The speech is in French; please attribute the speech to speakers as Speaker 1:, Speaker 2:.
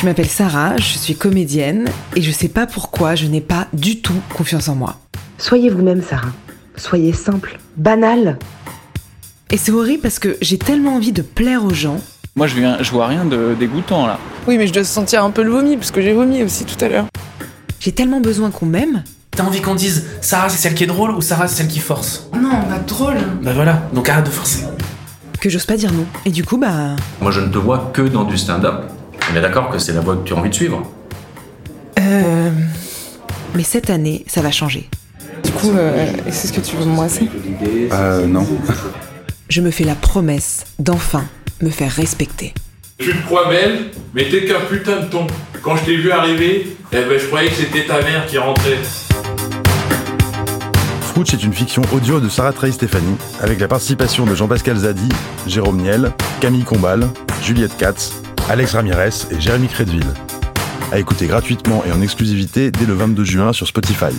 Speaker 1: Je m'appelle Sarah, je suis comédienne et je sais pas pourquoi je n'ai pas du tout confiance en moi.
Speaker 2: Soyez vous-même, Sarah. Soyez simple, banal.
Speaker 1: Et c'est horrible parce que j'ai tellement envie de plaire aux gens.
Speaker 3: Moi, je, viens, je vois rien de dégoûtant là.
Speaker 4: Oui, mais je dois sentir un peu le vomi parce que j'ai vomi aussi tout à l'heure.
Speaker 1: J'ai tellement besoin qu'on m'aime.
Speaker 5: T'as envie qu'on dise Sarah c'est celle qui est drôle ou Sarah c'est celle qui force
Speaker 4: Non, bah drôle.
Speaker 5: Bah voilà, donc arrête de forcer.
Speaker 1: que j'ose pas dire non. Et du coup, bah,
Speaker 6: Moi, je ne te vois que dans du stand-up. On est d'accord que c'est la voie que tu as envie de suivre.
Speaker 4: Euh.
Speaker 1: mais cette année, ça va changer.
Speaker 4: Du coup, euh, c'est ce que tu veux moi c'est
Speaker 7: Euh, non.
Speaker 1: Je me fais la promesse d'enfin me faire respecter.
Speaker 8: Tu te crois belle, mais t'es qu'un putain de ton. Quand je t'ai vu arriver, eh ben, je croyais que c'était ta mère qui rentrait.
Speaker 7: Scooch est une fiction audio de Sarah Trey Stéphanie, avec la participation de Jean-Pascal Zadi, Jérôme Niel, Camille Combal, Juliette Katz, Alex Ramirez et Jérémy Crédville. À écouter gratuitement et en exclusivité dès le 22 juin sur Spotify.